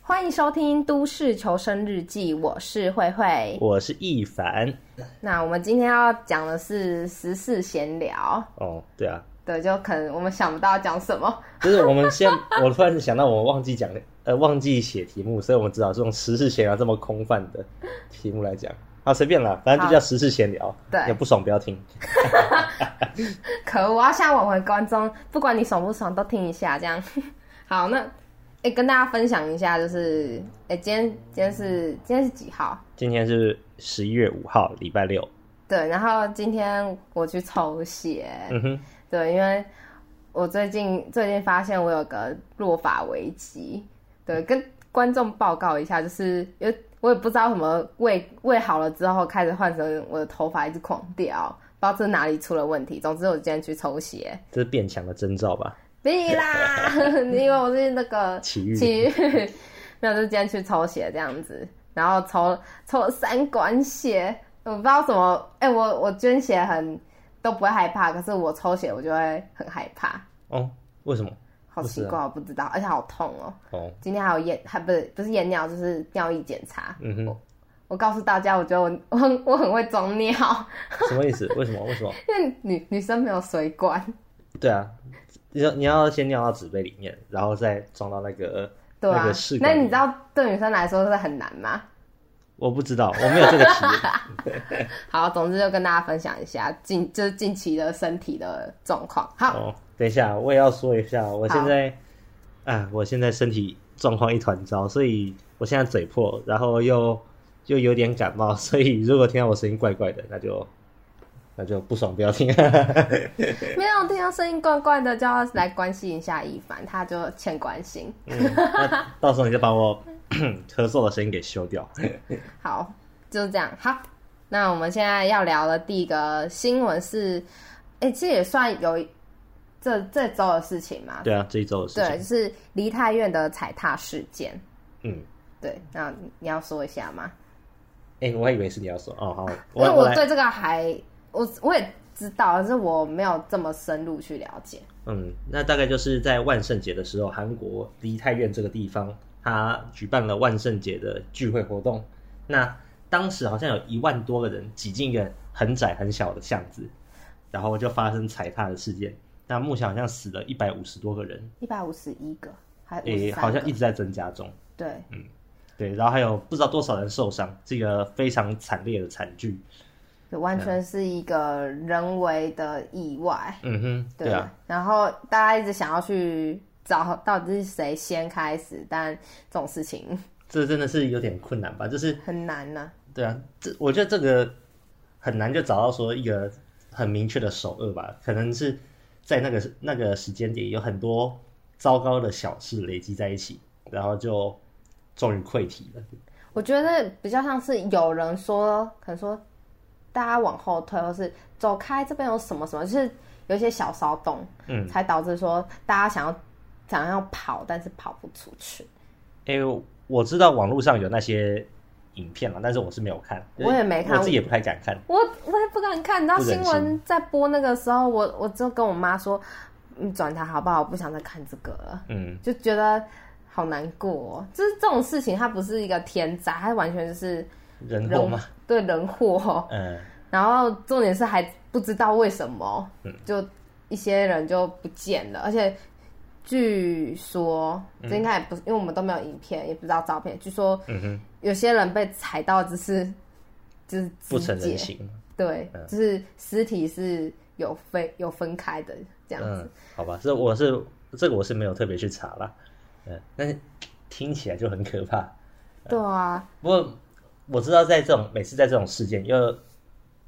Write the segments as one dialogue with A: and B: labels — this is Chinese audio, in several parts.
A: 欢迎收听《都市求生日记》，我是慧慧。
B: 我是易凡。
A: 那我们今天要讲的是时事闲聊，
B: 哦，对啊，
A: 对，就可能我们想不到讲什么，
B: 就是我们现我突然想到，我忘记讲，呃，忘记写题目，所以我们只好这种时事闲聊这么空泛的题目来讲。啊，随便啦，反正就叫时事闲聊。
A: 对
B: 有不爽不要听。
A: 可恶我要先挽回观众，不管你爽不爽，都听一下这样。 好，那哎、跟大家分享一下，就是哎、今天今天是今天是几号？
B: 今天是十一月五号，礼拜六。
A: 对，然后今天我去抽血，
B: 嗯哼，
A: 对，因为我最近最近发现我有个落发危机，对，跟观众报告一下，就是有我也不知道什么喂喂好了之后开始换成我的头发一直狂掉，不知道这哪里出了问题。总之我今天去抽血，
B: 这是变强的征兆吧？
A: 屁 啦！你以为我是那个
B: 奇遇
A: 奇遇 没有，就是今天去抽血这样子，然后抽抽了三管血，我不知道什么，哎、我我捐血很都不会害怕，可是我抽血我就会很害怕，
B: 哦，为什么？
A: 好奇
B: 不是啊
A: 怪，我不知道，而且好痛哦、
B: 哦，
A: 今天还有验，还不是不是验尿，就是尿液检查。
B: 嗯哼，
A: 我告诉大家，我觉得我我 很我很会装尿，
B: 什么意思？为什么？为什么？
A: 因为女女生没有水管，
B: 对啊，你要你要先尿到纸杯里面，然后再装到那个
A: 对
B: 那
A: 啊
B: 个试。
A: 那
B: 管
A: 你知道对女生来说是很难吗？
B: 我不知道，我没有这个体验。
A: 好，总之就跟大家分享一下近就是近期的身体的状况。好，
B: 哦，等一下，我也要说一下，我现在，啊，我现在身体状况一团糟，所以我现在嘴破，然后又又有点感冒， 所以如果听到我声音怪怪的，那就那就不爽不要 听。
A: 没有听到声音怪怪的，就要来关心一下一凡，他就欠关心。
B: 嗯那到时候你就把我咳嗽的声音给修掉。
A: 好，就是这样。好，那我们现在要聊的第一个新闻是，哎、其实也算有一这这周的事情嘛。
B: 对啊，这一周的事
A: 对，就
B: 情，
A: 是梨泰院的踩踏事件。
B: 嗯，
A: 对，那你要说一下吗？
B: 哎、我还以为是你要说哦，好，
A: 因
B: 我
A: 为
B: 我
A: 我
B: 来，
A: 对这个还我我也知道，但是我没有这么深入去了解。
B: 嗯，那大概就是在万圣节的时候，韩国梨泰院这个地方，它举办了万圣节的聚会活动。那当时好像有一万多个人挤进一个很窄很小的巷子，然后就发生踩踏的事件。那目前好像死了一百五十多个人，
A: 一百五十一个，还
B: 诶、
A: 53
B: 好像一嗯
A: 个
B: 直在增加中。
A: 对，
B: 对，然后还有不知道多少人受伤，这个非常惨烈的惨剧。
A: 就完全是一个人为的意外。
B: 嗯哼，对啊，
A: 然后大家一直想要去找到底是谁先开始，但这种事情
B: 这真的是有点困难吧？就是
A: 很难呢、
B: 对啊，这我觉得这个很难就找到说一个很明确的首恶吧，可能是在那个那个时间点有很多糟糕的小事累积在一起，然后就终于溃体了。
A: 我觉得比较像是有人说，可能说大家往后退，或是走开，这边有什么什么，就是有一些小骚动，
B: 嗯，
A: 才导致说大家想要想要跑，但是跑不出去。
B: 因为我知道网络上有那些影片啊嘛，但是我是没有看，
A: 我也没看
B: 我自己也不太敢看。
A: 我我也不敢看，你知道
B: 不忍
A: 新闻在播那个时候，我我就跟我妈说，你转台好不好？我不想再看这个了，
B: 嗯，
A: 就觉得好难过、哦。就是这种事情，它不是一个天灾，它完全就是
B: 人祸
A: 人
B: 嘛，
A: 对人祸哦、
B: 嗯，
A: 然后重点是还不知道为什么，
B: 嗯
A: 就一些人就不见了，而且据说这应该也不是，因为我们都没有影片，也不知道照片。据说
B: 嗯哼，
A: 有些人被踩到只是就是
B: 不
A: 肢
B: 成
A: 解
B: 人形，
A: 对，
B: 嗯
A: 就是尸体是有分有分开的这样子。
B: 嗯，好吧，这我是这个我是没有特别去查啦，嗯，但是听起来就很可怕。嗯
A: 对啊，
B: 不过我知道，在这种每次在这种事件，因为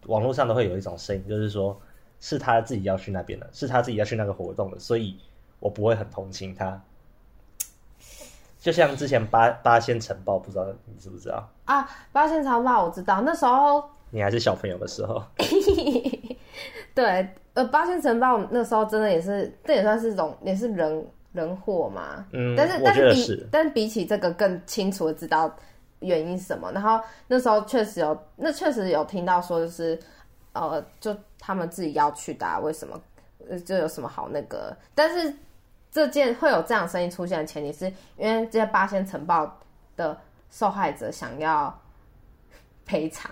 B: 网络上都会有一种声音，就是说是他自己要去那边的，是他自己要去那个活动的，所以我不会很同情他。就像之前八八仙城爆，不知道你知不知道？
A: 啊，八仙长发我知道，那时候
B: 你还是小朋友的时候，
A: 对，呃，八仙城堡那时候真的也是，这也算是一种也是人人祸嘛。
B: 嗯
A: 但是
B: 我
A: 但
B: 觉得
A: 比
B: 是
A: 但比起这个更清楚的知道原因是什么。然后那时候确实有，那确实有听到说就是，呃，就他们自己要去的、啊，为什么？呃，就有什么好那个？但是这件会有这样的声音出现的前提是因为这些八仙城堡的受害者想要 赔偿。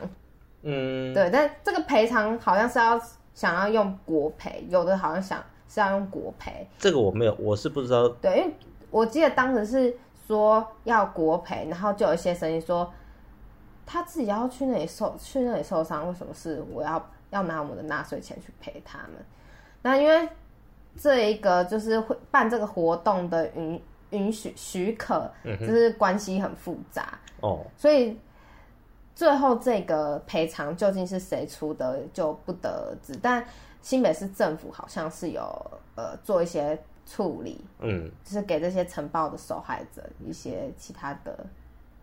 B: 嗯，
A: 对，但这个赔偿好像是要想要用国赔，有的好像想是要用国赔，
B: 这个我没有，我是不知道。
A: 对，因为我记得当时是说要国赔，然后就有一些声音说他自己要去那里受去那里受伤，为什么是我要要拿我们的纳税钱去赔他们？那因为这一个就是会办这个活动的允允许许可，就是关系很复杂，
B: 哦，
A: 所以最后这个赔偿究竟是谁出的就不得而知。但新北市政府好像是有呃做一些处理，
B: 嗯，
A: 就是给这些承包的受害者一些其他的，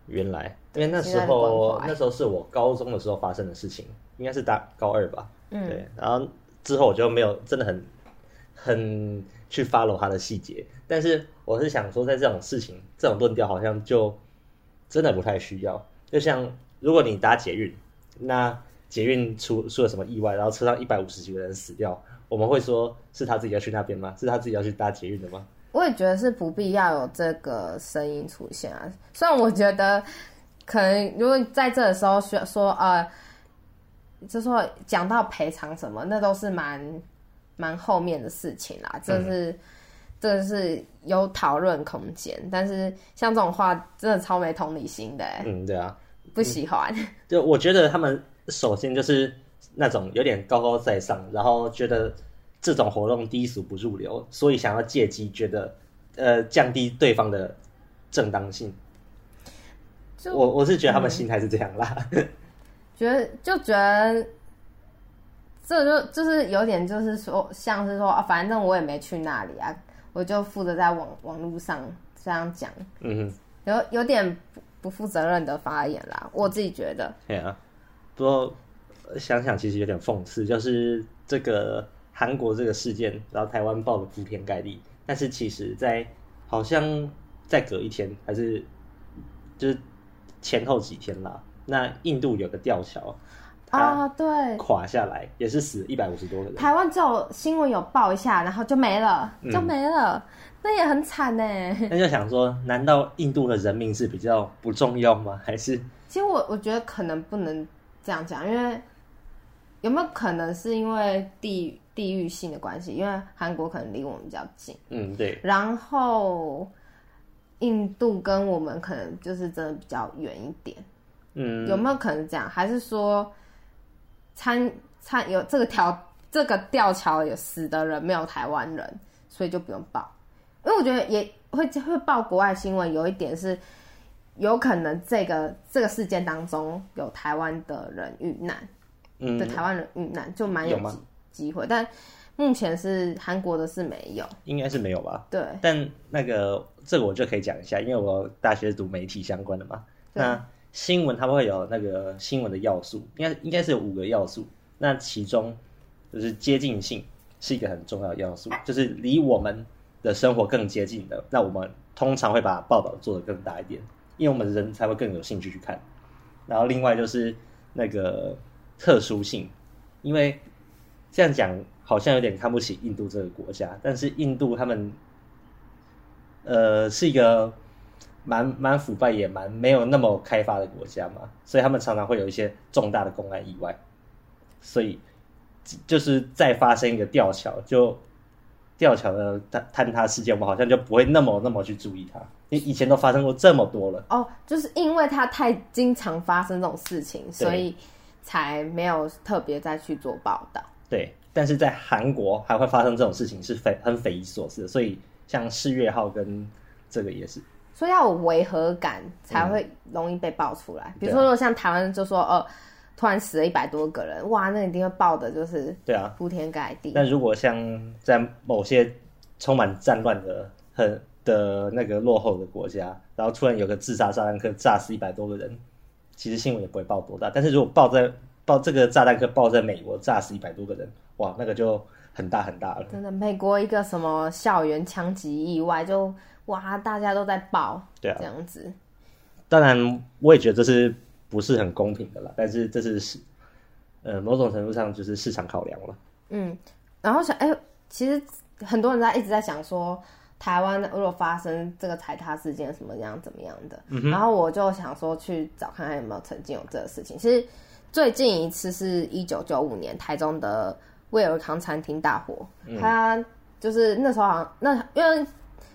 B: 原来，因为那
A: 其
B: 时
A: 他的
B: 候
A: 关怀
B: 那时候是我高中的时候发生的事情，应该是大高二吧。
A: 嗯，
B: 对，然后之后我就没有真的很很去 follow 他的细节，但是我是想说，在这种事情这种论调好像就真的不太需要。就像如果你搭捷运，那捷运出出了什么意外，然后车上一百五十几个人死掉，我们会说是他自己要去那边吗？是他自己要去搭捷运的吗？
A: 我也觉得是不必要有这个声音出现啊。虽然我觉得可能如果在这的时候说说呃，就说讲到赔偿什么，那都是蛮蛮后面的事情啦，这是。这是有讨论空间，但是像这种话真的超没同理心的欸、
B: 嗯，对啊，
A: 不喜欢。
B: 就我觉得他们首先就是那种有点高高在上，然后觉得这种活动低俗不入流，所以想要借机觉得呃降低对方的正当性。
A: 就
B: 我我是觉得他们心态是这样啦，
A: 觉得就觉得，这就就是有点就是说，像是说啊，反正我也没去那里啊，我就负责在网网络上这样讲，
B: 嗯
A: 有有点不不负责任的发言啦，我自己觉得。
B: 哼，对啊。不过呃想想其实有点讽刺，就是这个韩国这个事件，然后台湾报的铺天盖地，但是其实在好像再隔一天还是就是前后几天啦。那印度有个吊桥，它
A: 啊，对，
B: 垮下来，也是死一百五十多个人。
A: 台湾只有新闻有报一下，然后就没了，
B: 嗯
A: 就没了，那也很惨呢。
B: 那就想说，难道印度的人民是比较不重要吗？还是
A: 其实我我觉得可能不能这样讲，因为有没有可能是因为地地域性的关系？因为韩国可能离我们比较近。
B: 嗯，对，
A: 然后印度跟我们可能就是真的比较远一点，
B: 嗯，
A: 有没有可能这样？还是说参参有这个条这个吊桥有死的人没有台湾人，所以就不用报？因为我觉得也会会报国外新闻，有一点是有可能这个这个事件当中有台湾的人遇难，
B: 嗯
A: 对台湾人遇难就蛮有
B: 有吗
A: 机机会，但目前是韩国的是没有，
B: 应该是没有吧？
A: 对。
B: 但那个这个我就可以讲一下，因为我大学读媒体相关的嘛。
A: 对
B: 那新闻它会有那个新闻的要素，应该应该是有五个要素。那其中就是接近性是一个很重要的要素，就是离我们的生活更接近的，那我们通常会把报道做得更大一点，因为我们人才会更有兴趣去看。然后另外就是那个特殊性，因为这样讲好像有点看不起印度这个国家，但是印度他们呃，是一个蛮蛮腐败也蛮没有那么开发的国家嘛，所以他们常常会有一些重大的公安意外，所以就就是再发生一个吊桥，就吊桥的坍坍塌事件，我好像就不会那么那么去注意它，因为以前都发生过这么多了，
A: 哦，就是因为它太经常发生这种事情，所以才没有特别再去做报道。
B: 对，但是在韩国还会发生这种事情是匪很匪夷所思的，所以像世越号跟这个也是，
A: 所以要有违和感
B: 嗯
A: 才会容易被爆出
B: 啊
A: 来。比如说，如果像台湾就说，呃，突然死了一百多个人，哇，那一定会爆的，就是
B: 对啊，
A: 铺天盖地。
B: 但如果像在某些充满战乱的、很的那个落后的国家，然后突然有个自杀炸弹客炸死一百多个人，其实新闻也不会报多大。但是如果报在报这个炸弹客报在美国炸死一百多个人，哇，那个就很大很大了。
A: 真的，美国一个什么校园枪击意外，就哇，大家都在爆，
B: 对啊
A: 这样子。
B: 当然，我也觉得这是不是很公平的啦，但是这是市呃某种程度上就是市场考量了。
A: 嗯，然后想，哎、其实很多人在一直在想说，台湾如果发生这个踩踏事件什么样怎么样的，
B: 嗯哼
A: 然后我就想说去找看看有没有曾经有这个事情。其实最近一次是一九九五年台中的威尔康餐厅大火，
B: 嗯
A: 它就是那时候好像那因为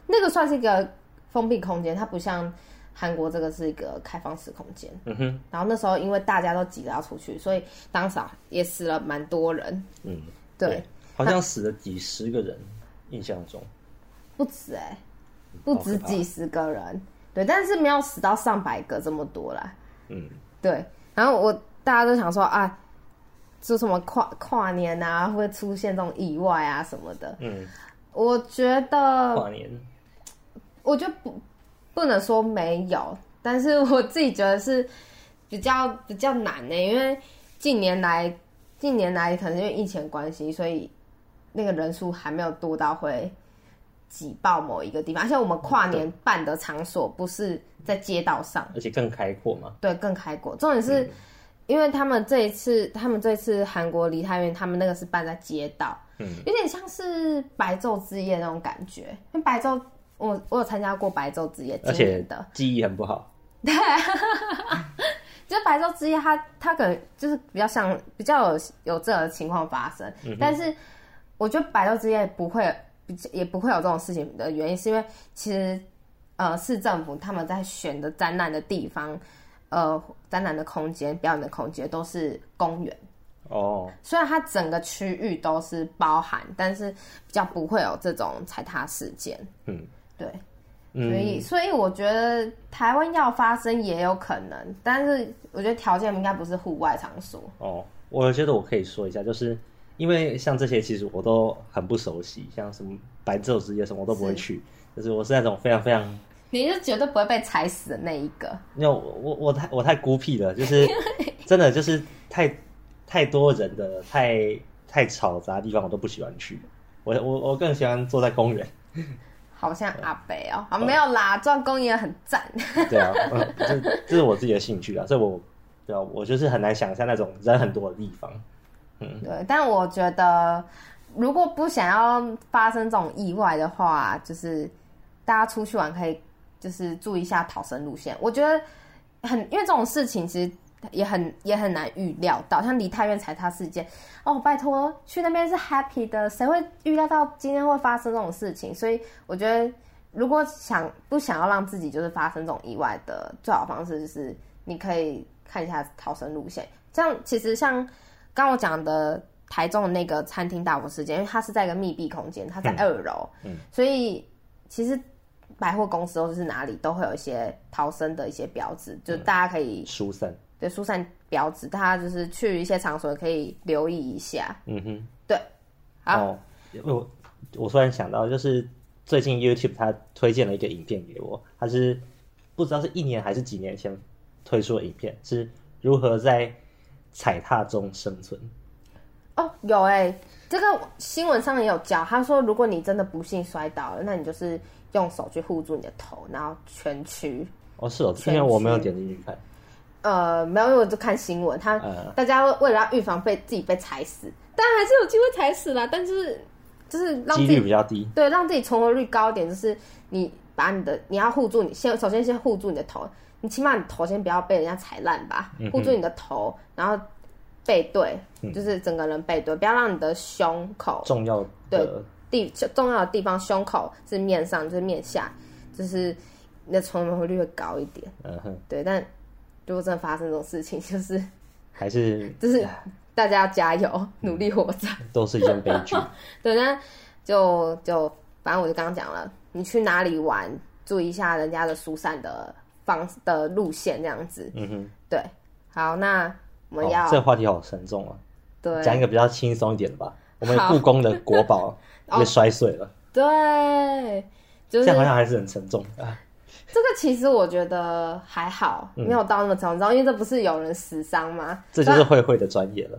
A: 那个算是一个封闭空间，它不像韩国这个是一个开放式空间。
B: 嗯哼，
A: 然后那时候因为大家都挤着要出去，所以当时啊也死了蛮多人，
B: 嗯，
A: 对，，
B: 好像死了几十个人，印象中
A: 不止哎、不止
B: 好可怕
A: 几十个人，对，但是没有死到上百个这么多啦，
B: 嗯，
A: 对。然后我大家都想说啊，就什么跨跨年啊，会出现这种意外啊什么的，
B: 嗯，
A: 我觉得
B: 跨年，
A: 我就不不能说没有，但是我自己觉得是比较比较难呢、因为近年来近年来可能因为疫情的关系，所以那个人数还没有多到会挤爆某一个地方，而且我们跨年办的场所不是在街道上，
B: 而且更开阔嘛，
A: 对，更开阔。重点
B: 嗯
A: 是，因为他们这一次，他们这次韩国梨泰院，他们那个是办在街道，
B: 嗯
A: 有点像是白昼之夜那种感觉。因为白昼，我我有参加过白昼之夜，今
B: 而且
A: 年的，
B: 记忆很不好，
A: 就是白昼之夜它，它可能就是比较像比较有有这个情况发生，但是我觉得白昼之夜不会，比较也不会有这种事情的原因，是因为其实呃市政府他们在选的展览的地方，呃展览的空间、表演的空间都是公园，
B: 哦，
A: 虽然它整个区域都是包含，但是比较不会有这种踩踏事件，
B: 嗯
A: 对。所
B: 嗯，
A: 以，所以我觉得台湾要发生也有可能，但是我觉得条件应该不是户外场所。
B: 哦，我觉得我可以说一下，就是因为像这些其实我都很不熟悉，像什么白昼之夜什么我都不会去，就是我是那种非常非常
A: 你是绝对不会被踩死的那一个。
B: 那我我我太我太孤僻了，就是真的就是太太多人的太太吵杂的地方我都不喜欢去。我我我更喜欢坐在公园，
A: 好像
B: 嗯
A: 阿北哦、啊没有啦，壮公也很赞。
B: 对啊，嗯这这是我自己的兴趣啊，所以我对啊，我就是很难想象那种人很多的地方。
A: 对，但我觉得如果不想要发生这种意外的话，就是大家出去玩可以就是注意一下逃生路线。我觉得很，因为这种事情其实也很也很难预料到，像梨泰院踩踏事件，哦，拜托去那边是 happy 的，谁会预料到今天会发生这种事情？所以我觉得。如果想不想要让自己就是发生这种意外的最好方式，就是你可以看一下逃生路线。这样其实像刚我讲的台中的那个餐厅大火事件，因为它是在一个密闭空间，它在二楼，
B: 嗯
A: 所以其实百货公司或者是哪里都会有一些逃生的一些标志，就大家可以、
B: 疏散，
A: 对疏散标志，大家就是去一些场所可以留意一下。
B: 嗯哼，
A: 对，好，
B: 哦，我我突然想到，就是最近 YouTube 它推荐了一个影片给我，它是不知道是一年还是几年前推出的影片，是如何在踩踏中生存。
A: 哦，有哎、这个新闻上也有教，他说如果你真的不幸摔倒了，那你就是用手去护住你的头，然后蜷曲。
B: 哦，是哦，
A: 前
B: 因为我
A: 期
B: 没有点进去看。
A: 呃，没有，因为我就看新闻，他、
B: 嗯
A: 大家为了要预防被自己被踩死，但还是有机会踩死啦。但就是就是让
B: 几
A: 自
B: 率
A: 己
B: 比较低。
A: 对让自己存活率高一点，就是你把你的你要护住你先，首先先护住你的头，你起码你头先不要被人家踩烂吧，
B: 嗯
A: 护、住你的头，然后背对，就是整个人背对，不要让你的胸口
B: 重要的
A: 地重要的地方，胸口是面上，就是面下，就是你的存活率会高一点。
B: 嗯哼，
A: 对，但如果真的发生这种事情，就是
B: 还是
A: 就是大家要加油，努力活着。
B: 都是一件悲剧。
A: 对，那就就反正我就刚刚讲了，你去哪里玩，注意一下人家的疏散的方的路线，这样子。
B: 嗯哼，
A: 对，好，那 我们要、
B: 哦、这个话题好沉重啊，
A: 对
B: 讲一个比较轻松一点 的吧。我们
A: 好
B: 故宫的国宝 被摔碎了，
A: 对，哦就
B: 这
A: 是
B: 样好像还是很沉重啊。
A: 这个其实我觉得还好，没有到那么惨重，因为这不是有人死伤吗？
B: 嗯这就是慧慧的专业了。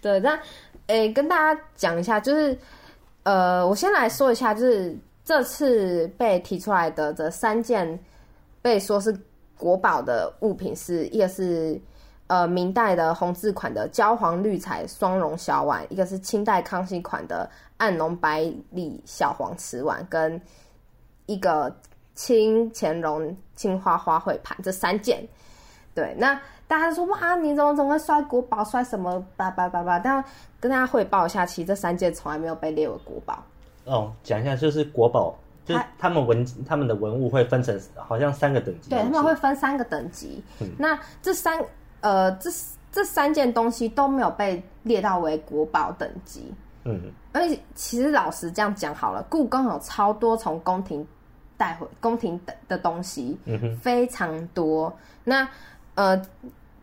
A: 对，但诶、跟大家讲一下，就是呃，我先来说一下，就是这次被提出来的这三件被说是国宝的物品是，一个是呃明代的红字款的焦黄绿彩双龙小碗，一个是清代康熙款的暗浓白里小黄瓷碗，跟一个清乾隆青花花卉盘，这三件。对，那大家说哇，你怎么怎么会摔国宝，摔什么叭叭叭叭？但跟大家汇报一下，其实这三件从来没有被列为国宝。
B: 哦，讲一下，就是国宝，就是
A: 它
B: 他们文他们的文物会分成好像三个等级，
A: 对，他们会分三个等级。那这三呃这这三件东西都没有被列到为国宝等级。
B: 嗯，
A: 而且其实老实这样讲好了，故宫有超多从宫廷带回宫廷的的东西，
B: 嗯哼
A: 非常多。那呃，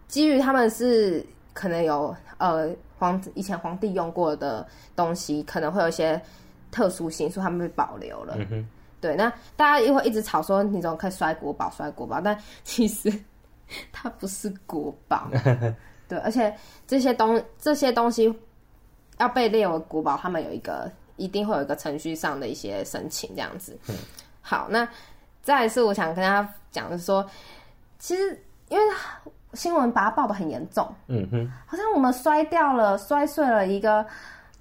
A: 基于他们是可能有呃皇以前皇帝用过的东西，可能会有一些特殊性，所以他们被保留了。
B: 嗯哼，
A: 对，那大家又会一直吵说你怎么可以摔国宝、摔国宝，但其实它不是国 宝。对，而且这些东这些东西要被列为国宝，他们有一个一定会有一个程序上的一些申请这样子。
B: 嗯
A: 好，那再来是我想跟大家讲的是说，其实因为新闻把它报的很严重，
B: 嗯哼，
A: 好像我们摔掉了、摔碎了一个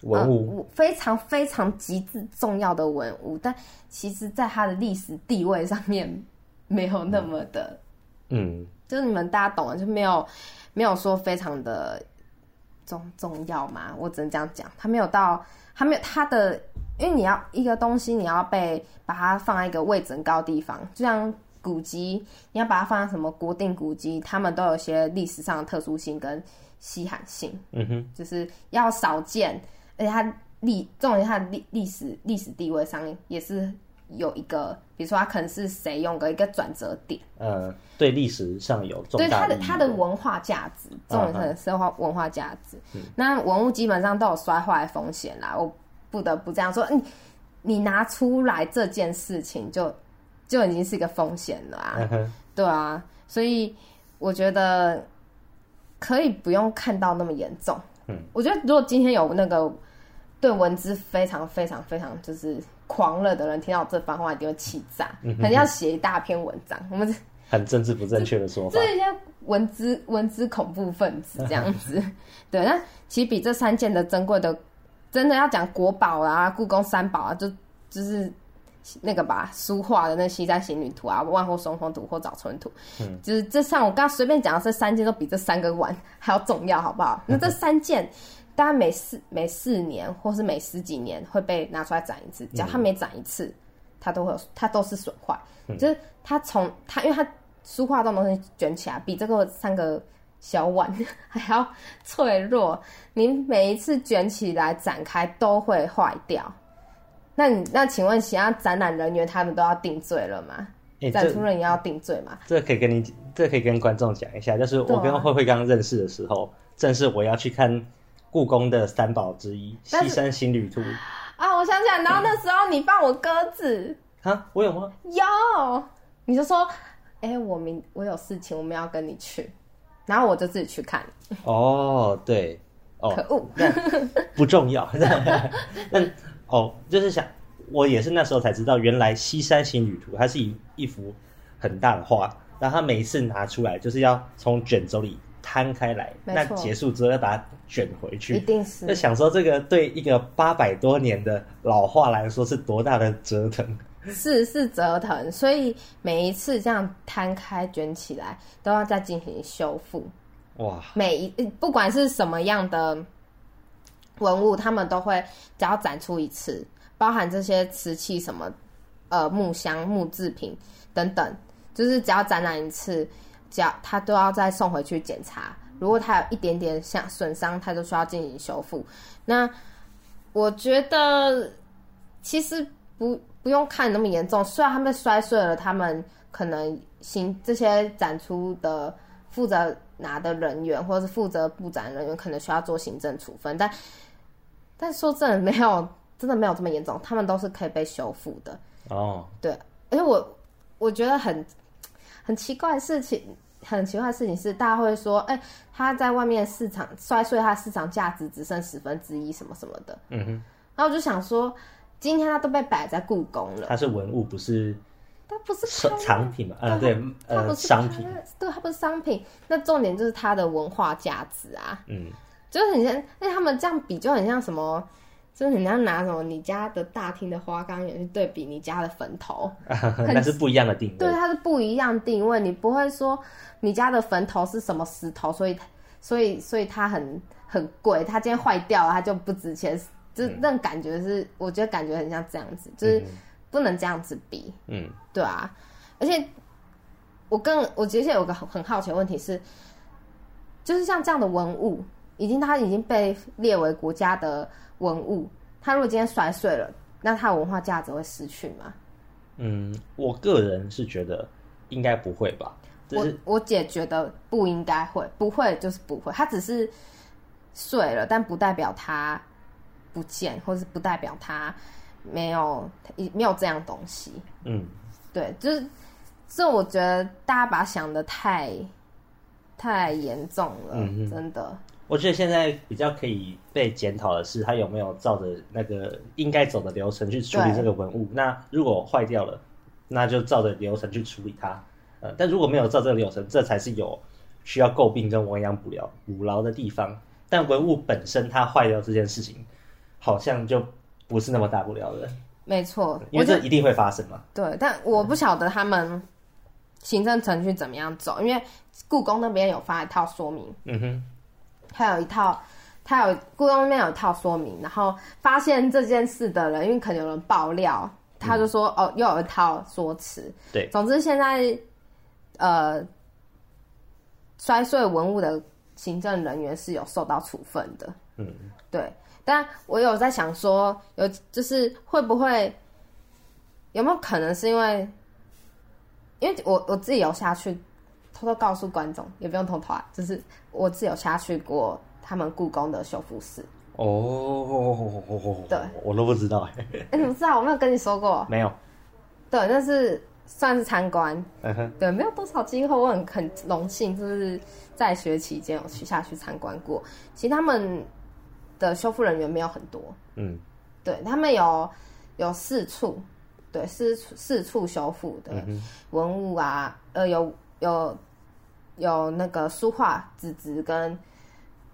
B: 文物，
A: 呃非常非常极致重要的文物，但其实在它的历史地位上面没有那么的，
B: 嗯，
A: 就是你们大家懂了，就没有没有说非常的重重要嘛，我只能这样讲，它没有到，它没有它的，因为你要一个东西，你要被把它放在一个位置很高的地方，就像。古籍，你要把它放在什么国定古迹，他们都有一些历史上的特殊性跟稀罕性。
B: 嗯哼，
A: 就是要少见，而且它历重点它的历历史历史地位上也是有一个，比如说它可能是谁用的一个转折点，
B: 呃，对历史上有重
A: 对它
B: 大
A: 的
B: 意义
A: 它的文化价值，
B: 嗯
A: 重点可能是化文化价值。那文物基本上都有摔坏的风险啦，我不得不这样说，你你拿出来这件事情就就已经是一个风险了啊。
B: 嗯哼，
A: 对啊，所以我觉得可以不用看到那么严重。
B: 嗯，
A: 我觉得如果今天有那个对文字非常非常非常就是狂热的人听到我这番话，一定会气炸，
B: 嗯
A: 肯定要写一大篇文章。我们这
B: 很政治不正确的说法
A: 这，是一些文字文字恐怖分子这样子。对，那其实比这三件的珍贵的，真的要讲国宝啊、故宫三宝啊，就就是那个吧，书画的那《西山行旅图》啊，《万壑松风图》或《早春图》，嗯，就是这像我刚刚随便讲的这三件，都比这三个碗还要重要，好不好？那这三件。大概每四每四年，或是每十几年会被拿出来展一次，只要它每展一次，它都会有，它都是损坏，就是它从它，因为它书画这种东西卷起来，比这个三个小碗 还要脆弱，你每一次卷起来展开都会坏掉。那你那请问其他展览人员他们都要定罪了吗？
B: 哎，
A: 展
B: 这
A: 出人员要定罪吗？
B: 这可以跟你，这可以跟观众讲一下，就是我
A: 对啊
B: 跟慧慧刚认识的时候，正是我要去看故宫的三宝之一《
A: 但
B: 西
A: 是
B: 山行旅图》
A: 啊，我想起来，然后那时候你放我鸽子，
B: 哈，我有吗？
A: 有，你就说，哎、我明我有事情，我们要跟你去，然后我就自己去看，
B: 哦，对，哦，
A: 可恶，
B: 不重要。 但哦，就是想，我也是那时候才知道，原来《西山行旅图》它是一一幅很大的画，然后它每一次拿出来就是要从卷轴里摊开来，
A: 没
B: 那
A: 错
B: 结束之后要把它卷回
A: 一
B: 去。
A: 定，
B: 就是想说，这个对一个八百多年的老画来说是多大的折腾？
A: 是是折腾，所以每一次这样摊开卷起来，都要再进行修复。
B: 哇，
A: 每一嗯不管是什么样的文物，他们都会只要展出一次，包含这些瓷器什么呃木箱、木制品等等，就是只要展览一次，只要他都要再送回去检查。如果他有一点点像损伤，他就需要进行修复。那我觉得其实不不用看那么严重，虽然他们摔碎了，他们可能行这些展出的负责拿的人员或者是负责布展人员可能需要做行政处分，但但说真的没有真的没有这么严重，他们都是可以被修复的。
B: 哦，
A: 对，而且我我觉得很很奇怪的事情，很奇怪的事情是，大家会说，哎、他在外面市场摔碎，他市场价值只剩十分之一什么什么的。
B: 嗯哼，
A: 然后我就想说，今天他都被摆在故宫了，
B: 它是文物，不是
A: 它不是
B: 商
A: 开
B: 产品嘛，呃，对，
A: 它不
B: 呃，
A: 是
B: 商
A: 开
B: 品，
A: 对，它不是商品。那重点就是它的文化价值啊，
B: 嗯，
A: 就是很像，那他们这样比就很像什么，就是很像拿什么你家的大厅的花岗岩去对比你家的坟头，
B: 哎 那是不一样的定位。
A: 对，啊它是不一样定位，你不会说你家的坟头是什么石头，所以所以所以它很很贵，它今天坏掉了，它就不值钱，就
B: 嗯
A: 那种感觉是，我觉得感觉很像这样子，就是不能这样子比，
B: 嗯，
A: 对啊，而且我更我其实有个很很好奇的问题是，就是像这样的文物，已经它已经被列为国家的文物，它如果今天摔碎了，那它的文化价值会失去吗？
B: 嗯，我个人是觉得应该不会吧，就
A: 我
B: 是
A: 我姐觉得不应该会，不会就是不会，它只是碎了，但不代表它不见，或是不代表它没有没有这样东西。
B: 嗯，
A: 对，就是这，我觉得大家把它想的太太严重了，
B: 嗯哼
A: 真的。
B: 我觉得现在比较可以被检讨的是，他有没有照着那个应该走的流程去处理
A: 对
B: 这个文物。那如果坏掉了，那就照着流程去处理它。呃，但如果没有照这个流程，这才是有需要诟病跟亡羊补牢补牢的地方。但文物本身它坏掉这件事情，好像就不是那么大不了的，
A: 没错，我
B: 因为
A: 觉
B: 这嗯
A: 得
B: 一定会发生嘛。
A: 对，但我不晓得他们行政程序怎么样走，因为故宫那边有发一套说明
B: 嗯哼，
A: 它有一套，它有故宫那边有一套说明，然后发现这件事的人，因为可能有人爆料，他
B: 嗯
A: 就说、哦，又有一套说辞。
B: 对，
A: 总之现在，呃，摔碎文物的行政人员是有受到处分的。
B: 嗯，
A: 对，但我有在想说，有就是会不会有没有可能是因为，因为我我自己有下去偷偷告诉观众，也不用偷偷啊，就是我自己有下去过他们故宫的修复室。
B: 哦，
A: 对，
B: 我都不知道 哎，
A: 哎、你不知道？我没有跟你说过。
B: 没有，
A: 对，那是算是参观，
B: 嗯哼，
A: 对，没有多少机会，我很很荣幸，就是在学期间有去下去参观过。其实他们的修复人员没有很多，
B: 嗯
A: 对他们有有四处，对四处四处修复的
B: 嗯哼，
A: 文物啊，呃，有有有那个书画、纸质跟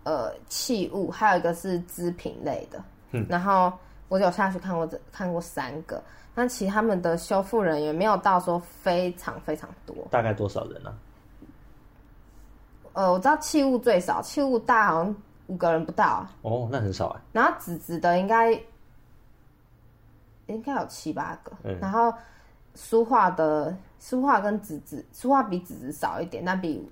A: 呃器物，还有一个是织品类的。嗯、然后我有下去看过这看过三个，但其实他们的修复人员没有到说非常非常多。
B: 大概多少人啊？
A: 呃，我知道器物最少，器物大好像五个人不到啊、
B: 哦，那很少哎。
A: 然后纸质的应该应该有七八个，
B: 嗯
A: 然后书画的书画跟纸质，书画比纸质少一点，但比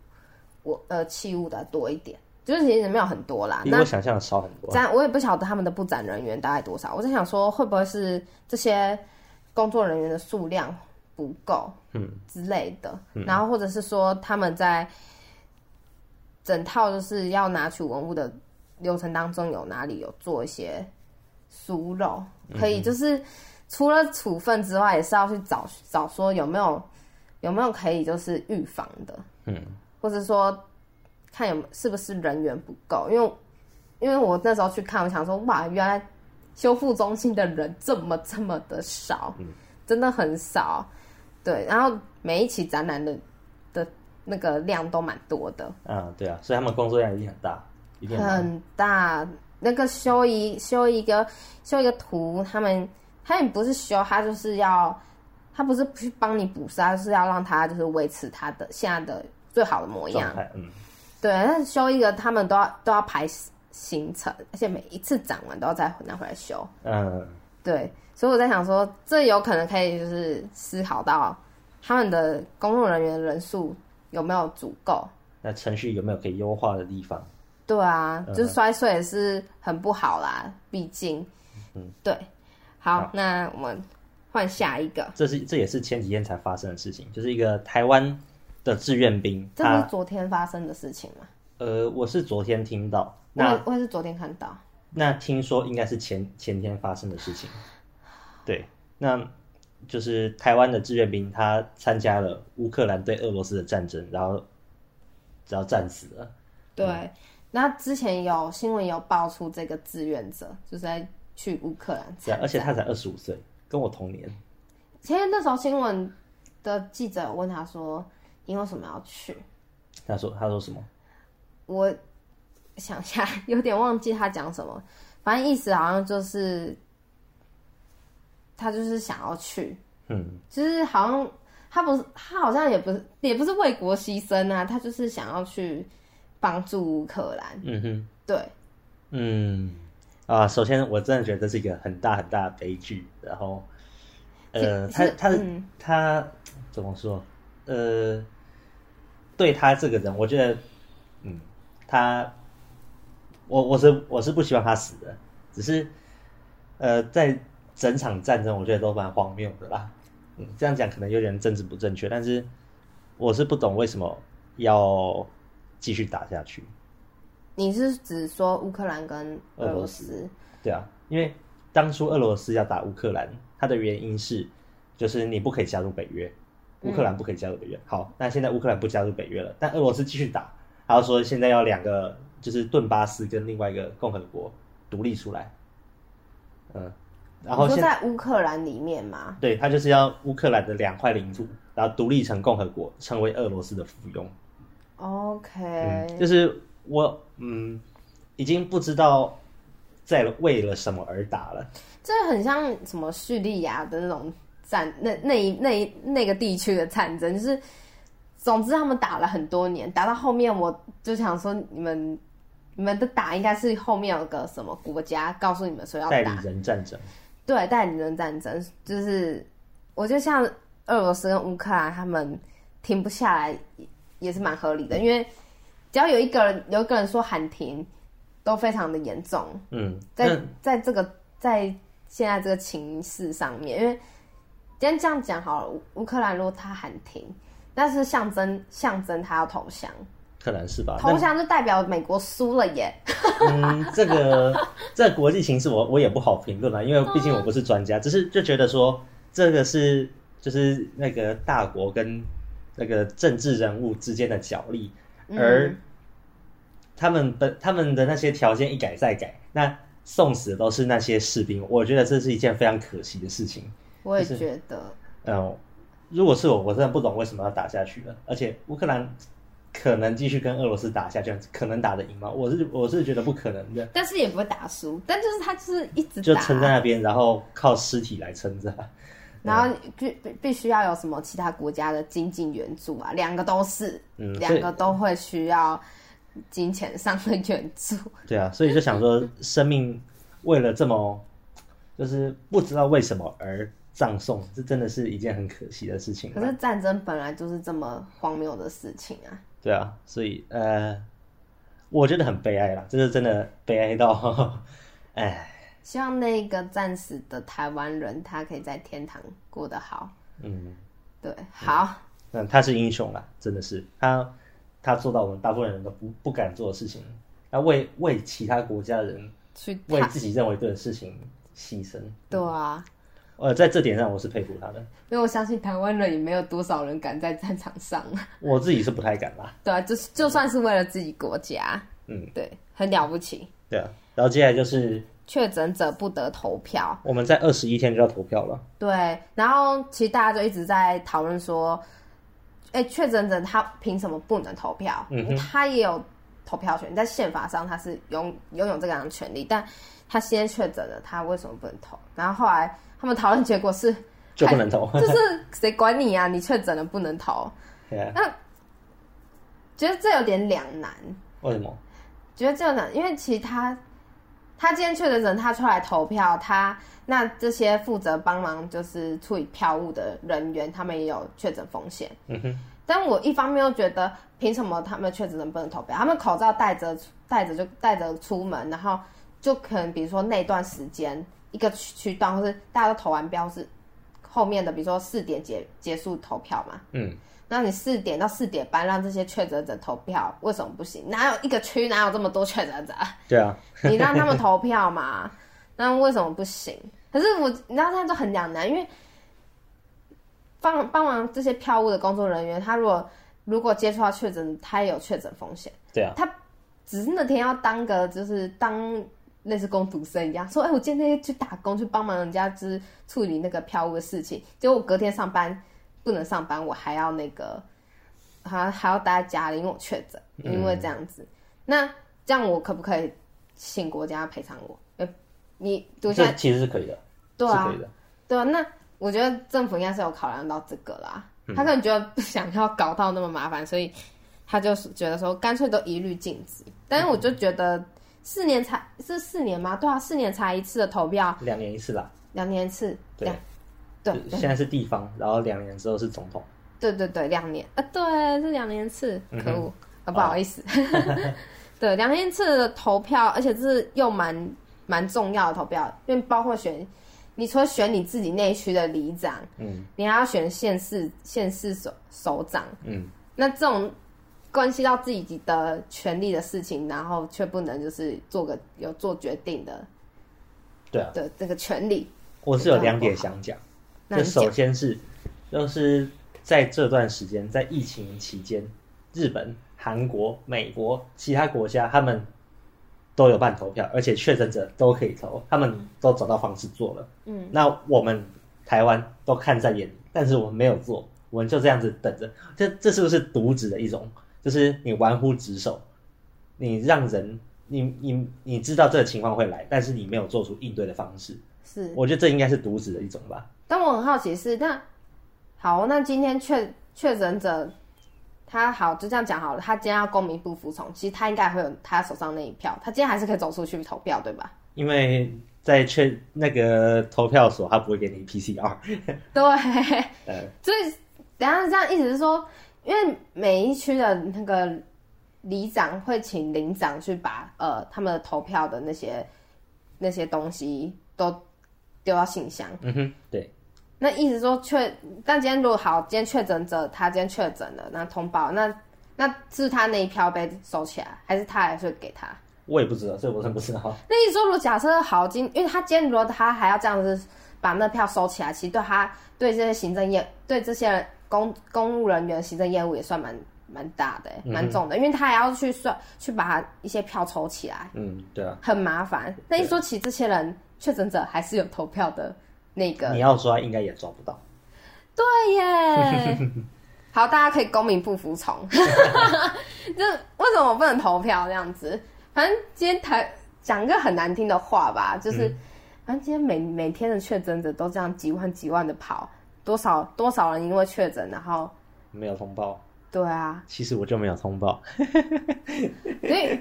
A: 我呃器物的多一点，就是其实没有很多啦。
B: 比
A: 啊那
B: 我想象的少很多。
A: 展我也不晓得他们的布展人员大概多少，我在想说会不会是这些工作人员的数量不够，
B: 嗯
A: 之类的，然后或者是说他们在整套就是要拿取文物的流程当中有哪里有做一些疏漏，
B: 嗯
A: 可以就是除了处分之外，也是要去找找说有没有有没有可以就是预防的，
B: 嗯，
A: 或者说看有是不是人员不够，因为因为我那时候去看，我想说哇，原来修复中心的人这么这么的少，真的很少。对，然后每一期展览的的那个量都蛮多的，
B: 啊，对啊，所以他们工作量一定很大，一定很大。
A: 很大。那个修一修一个修一个图，他们他也不是修，他就是要他不是去帮你补杀，就是要让它就是维持它的现在的最好的模样
B: 状。态，嗯，
A: 对，但是修一个他们都要都要排行程，而且每一次展完都要再拿回来修。
B: 嗯，
A: 对，所以我在想说，这有可能可以就是思考到他们的工作人员人数有没有足够。
B: 那程序有没有可以优化的地方？
A: 对啊，
B: 嗯
A: 就是摔碎也是很不好啦，毕竟，嗯，对。好，
B: 好
A: 那我们换下一个，
B: 这是这也是前几天才发生的事情，就是一个台湾的志愿兵，
A: 这不
B: 他
A: 是昨天发生的事情吗？
B: 呃，我是昨天听到，
A: 我
B: 那
A: 也我也是昨天看到，
B: 那听说应该是前前天发生的事情。对，那就是台湾的志愿兵，他参加了乌克兰对俄罗斯的战争，然后然后战死了。
A: 对。那之前有新闻有爆出这个志愿者就是在去乌克兰
B: 对
A: 参
B: 啊，而且
A: 战
B: 他才二十五岁，跟我同年。
A: 其实那时候新闻的记者有问他说：“你为什么要去
B: 他说他说什么？？”
A: 我想一下，有点忘记他讲什么，反正意思好像就是他就是想要去，
B: 嗯，
A: 就是好像他不是他好像也不是也不是为国牺牲啊，他就是想要去帮助乌克兰。
B: 嗯哼，
A: 对，
B: 嗯啊，首先我真的觉得这是一个很大很大的悲剧。然后，呃，
A: 是
B: 他
A: 是
B: 他的
A: 嗯
B: 他怎么说？呃，对他这个人，我觉得，嗯，他，我我是我是不希望他死的，只是，呃，在整场战争，我觉得都蛮荒谬的啦。嗯，这样讲可能有点政治不正确，但是我是不懂为什么要继续打下去。
A: 你是指说乌克兰跟俄
B: 俄罗
A: 罗
B: 斯
A: 斯？
B: 对啊，因为当初俄罗斯要打乌克兰，它的原因是就是你不可以加入北约，
A: 嗯
B: 乌克兰不可以加入北约。好，那现在乌克兰不加入北约了，但俄罗斯继续打，然后说现在要两个就是顿巴斯跟另外一个共和国独立出来。嗯，然后
A: 你
B: 现
A: 说在乌克兰里面吗？
B: 对他就是要乌克兰的两块领土，然后独立成共和国，成为俄罗斯的附庸。
A: OK，、
B: 嗯，就是我嗯，已经不知道在为了什么而打了。
A: 这很像什么叙利亚的那种战，那那一那一那个地区的战争，就是总之他们打了很多年，打到后面我就想说，你们你们的打应该是后面有个什么国家告诉你们说要
B: 代
A: 打
B: 理，人战争。
A: 对代理人战争，就是我觉得像俄罗斯跟乌克兰他们停不下来也也是蛮合理的，因为只要有一个人有一个人说喊停，都非常的严重。
B: 嗯，
A: 在
B: 那
A: 在这个在现在这个情势上面，因为今天这样讲好了，乌乌克兰如果他喊停，那是象征象征他要投降，
B: 可能是吧。
A: 投降就代表美国输了耶。
B: 那嗯，这个这国际形势我我也不好评论啦，因
A: 啊
B: 为毕竟我不是专家，只是就觉得说这个是就是那个大国跟那个政治人物之间的角力，
A: 嗯
B: 而他们本他们的那些条件一改再改，那送死的都是那些士兵，我觉得这是一件非常可惜的事情。
A: 我也
B: 就是
A: 觉得，
B: 嗯，如果是我，我真的不懂为什么要打下去了。而且乌克兰可能继续跟俄罗斯打下去，可能打得赢吗？我是我是觉得不可能的，
A: 但是也不会打输，但就是他就是一直
B: 就
A: 打，啊
B: 撑在那边，然后靠尸体来撑着。
A: 然后必必必须要有什么其他国家的经济援助啊，两个都是，
B: 嗯
A: 两
B: 所以
A: 个都会需要金钱上的援助。
B: 对啊，所以就想说，生命为了这么就是不知道为什么而葬送，这真的是一件很可惜的事情啊。
A: 可是战争本来就是这么荒谬的事情啊。
B: 对啊，所以呃，我觉得很悲哀啦，这是真的悲哀到， 哎。
A: 希望那个战死的台湾人，他可以在天堂过得好。
B: 嗯，
A: 对，好，
B: 嗯，他是英雄啦，真的是他，他做到我们大部分人都不不敢做的事情，他为为其他国家人
A: 去
B: 为
A: 他，
B: 自己认为对的事情牺牲。
A: 对啊，
B: 呃，在这点上我是佩服他的，
A: 因为我相信台湾人也没有多少人敢在战场上，啊
B: 我自己是不太敢啦。
A: 对啊，就是就算是为了自己国家，
B: 嗯，
A: 对，很了不起。
B: 对啊。然后接下来就是
A: 确诊者不得投票，
B: 我们在二十一天就要投票了，
A: 对，然后其实大家就一直在讨论说，哎，确诊者他凭什么不能投票？
B: 嗯哼
A: 他也有投票权，在宪法上他是拥拥有这样的权利，但他先确诊了，他为什么不能投？然后后来他们讨论结果 是，
B: 就不能投。
A: 就是谁管你啊？你确诊了不能投，
B: 对 啊，
A: 觉得这有点两难，
B: 为什么？
A: 觉得这有点，因为其实他他今天确诊者他出来投票，他那这些负责帮忙就是处理票务的人员，他们也有确诊风险。
B: 嗯哼，
A: 但我一方面又觉得，凭什么他们确诊能不能投票？他们口罩戴着戴着就戴着出门，然后就可能比如说那段时间一个区区段，或是大家都投完标是后面的，比如说四点结结束投票嘛，
B: 嗯，
A: 那你四点到四点半让这些确诊者投票，为什么不行？哪有一个区哪有这么多确诊者？
B: 对啊，
A: 你让他们投票嘛，那为什么不行？可是我，你知道，他就很两难，因为帮帮忙这些票务的工作人员，他如果如果接触到确诊，他也有确诊风险。
B: 对啊，
A: 只是那天要当个就是当类似工读生一样，说哎、我今天去打工去帮忙人家就是处理那个票务的事情，结果我隔天上班不能上班，我还要那个，还还要待在家里，因为我确诊，
B: 嗯
A: 因为这样子，那这样我可不可以请国家赔偿我？呃，你读下
B: 这其实是可以的，
A: 对啊
B: 是可以的。
A: 对啊，那我觉得政府应该是有考量到这个啦，他可能觉得不想要搞到那么麻烦，所以他就是觉得说干脆都一律禁止。但是我就觉得四年才是四年吗？对啊，四年才一次的投票，
B: 两年一次啦，
A: 两年一次，
B: 对
A: 两对
B: 就现在是地方，然后两年之后是总统。
A: 对对对，两年啊，对，是两年一次，
B: 嗯哼
A: 可恶啊，不好意 思，对，两年一次的投票，而且是又蛮蛮重要的投票，因为包括选，你除了选你自己内区的里长。
B: 嗯
A: 你还要选县市县市首首长，
B: 嗯，
A: 那这种关系到自己的权利的事情，然后却不能就是做个有做决定的
B: 对啊，
A: 的这个权利，
B: 我是有两点想讲。
A: 那
B: 那
A: 你讲
B: 首先是，就是在这段时间，在疫情期间，日本、韩国、美国其他国家他们都有办投票，而且确诊者都可以投，他们都找到方式做了。
A: 嗯，
B: 那我们台湾都看在眼里，但是我们没有做，我们就这样子等着。这这是不是渎职的一种？就是你玩忽职守，你让人。你你你知道这个情况会来，但是你没有做出应对的方式，
A: 是。
B: 我觉得这应该是渎职的一种吧。
A: 但我很好奇是，那好，那今天确确诊者他好就这样讲好了，他今天要公民不服从，其实他应该会有他手上那一票，他今天还是可以走出去投票，对吧？
B: 因为在确那个投票所，他不会给你 PCR，
A: 对，
B: 呃，
A: 所以，等一下这样意思是说，因为每一区的那个里长会请领长去把呃他们的投票的那些那些东西都丢到信箱。
B: 嗯哼，对，
A: 那意思说确，但今天如果好，今天确诊者他今天确诊了，那通报，那那是他那一票被收起来，还是他还是给他？
B: 我也不知道，这我真不知道。
A: 那意思说，如果假设好今，因为他今天如果他还要这样子把那票收起来，其实对他对这些行政业对这些人公公务人员行政业务也算蛮蛮大的、
B: 嗯
A: 蛮重的，因为他还要去算去把一些票抽起来，
B: 嗯，对啊，
A: 很麻烦。那一说，其实这些人确诊者还是有投票的那个
B: 你，要抓应该也抓不到。
A: 对耶。好，大家可以公民不服从， 这为什么我不能投票这样子？反正今天台讲一个很难听的话吧，就是、反正今天每每天的确诊者都这样几万几万的跑，多少多少人因为确诊，然后
B: 没有通报，
A: 对啊，
B: 其实我就没有通报。
A: 所以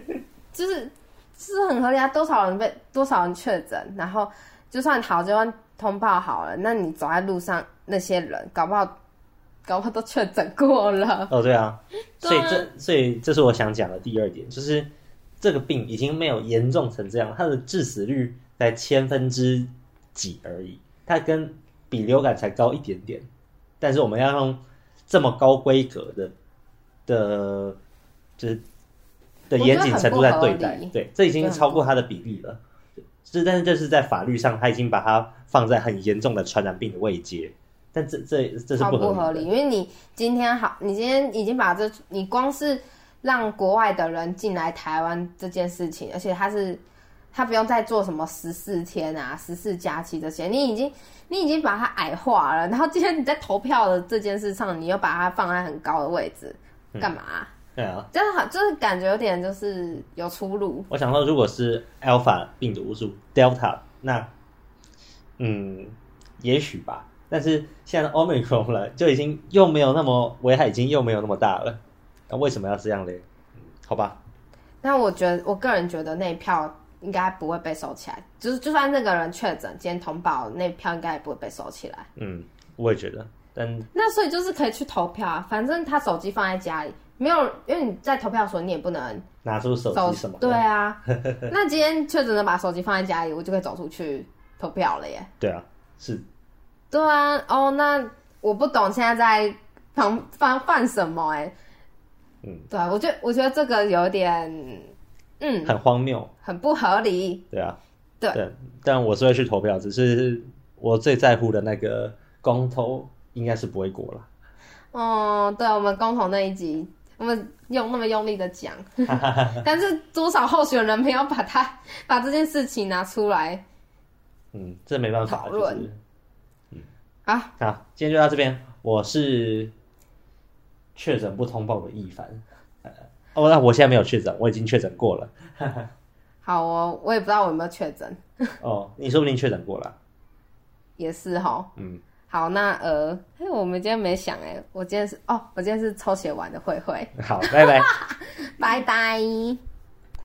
A: 就是是很合理啊，多少人被多少人确诊，然后就算好就算通报好了，那你走在路上那些人，搞不好搞不好都确诊过了，
B: 哦，对啊，所
A: 对
B: 以
A: 啊
B: 这所以这是我想讲的第二点，就是这个病已经没有严重成这样，它的致死率才千分之几而已，它跟比流感才高一点点，但是我们要用这么高规格的的，就是的严谨程度在对
A: 我觉得很
B: 待
A: 不合理，
B: 对，这已经超过它的比例了。是，但是这是在法律上，他已经把它放在很严重的传染病的位阶，但这这这是
A: 超
B: 不
A: 不
B: 合
A: 合
B: 理
A: 理，
B: 的。
A: 因为你今天好，你今天已经把这，你光是让国外的人进来台湾这件事情，而且他是他不用再做什么十四天啊、十四假期这些，你已经你已经把它矮化了。然后今天你在投票的这件事上，你又把它放在很高的位置，
B: 嗯
A: 干嘛、
B: 对啊，
A: 这样好，就是感觉有点就是有出入。
B: 我想说，如果是 Alpha 病毒株 Delta，那嗯，也许吧。但是现在的 Omicron 了，就已经又没有那么危害，已经又没有那么大了。那为什么要这样嘞？嗯好吧，
A: 那我觉得，我个人觉得那一票应该不会被收起来，就是就算那个人确诊，今天通报那票应该也不会被收起来。
B: 嗯，我也觉得，但
A: 那所以就是可以去投票啊，反正他手机放在家里，没有，因为你在投票的时候你也不能
B: 拿出手
A: 走
B: 机什么的，
A: 对 啊，那今天确诊的把手机放在家里，我就可以走出去投票了耶。
B: 对啊，是
A: 对啊，哦，那我不懂现在在防防范什么哎、
B: 嗯，
A: 对啊，我觉得我觉得这个有点，嗯，
B: 很荒谬，
A: 很不合理。
B: 对啊，
A: 对
B: 但我是会去投票，只是我最在乎的那个公投应该是不会过了。
A: 哦，对，我们公投那一集，我们用那么用力的 讲，但是多少候选人没有把他把这件事情拿出来
B: 嗯，这没办法，
A: 讨
B: 就
A: 论
B: 是
A: 啊？
B: 好，今天就到这边。我是确诊不通报的一凡。呃哦，那我现在没有确诊，我已经确诊过了。
A: 好哦，我也不知道我有没有确诊，
B: 哦，你说不定确诊过了。
A: 也是哈。
B: 嗯，
A: 好，那呃，嘿，我们今天没想哎、我今天是哦，我今天是抽血完的慧慧，
B: 好，拜拜。
A: 拜拜。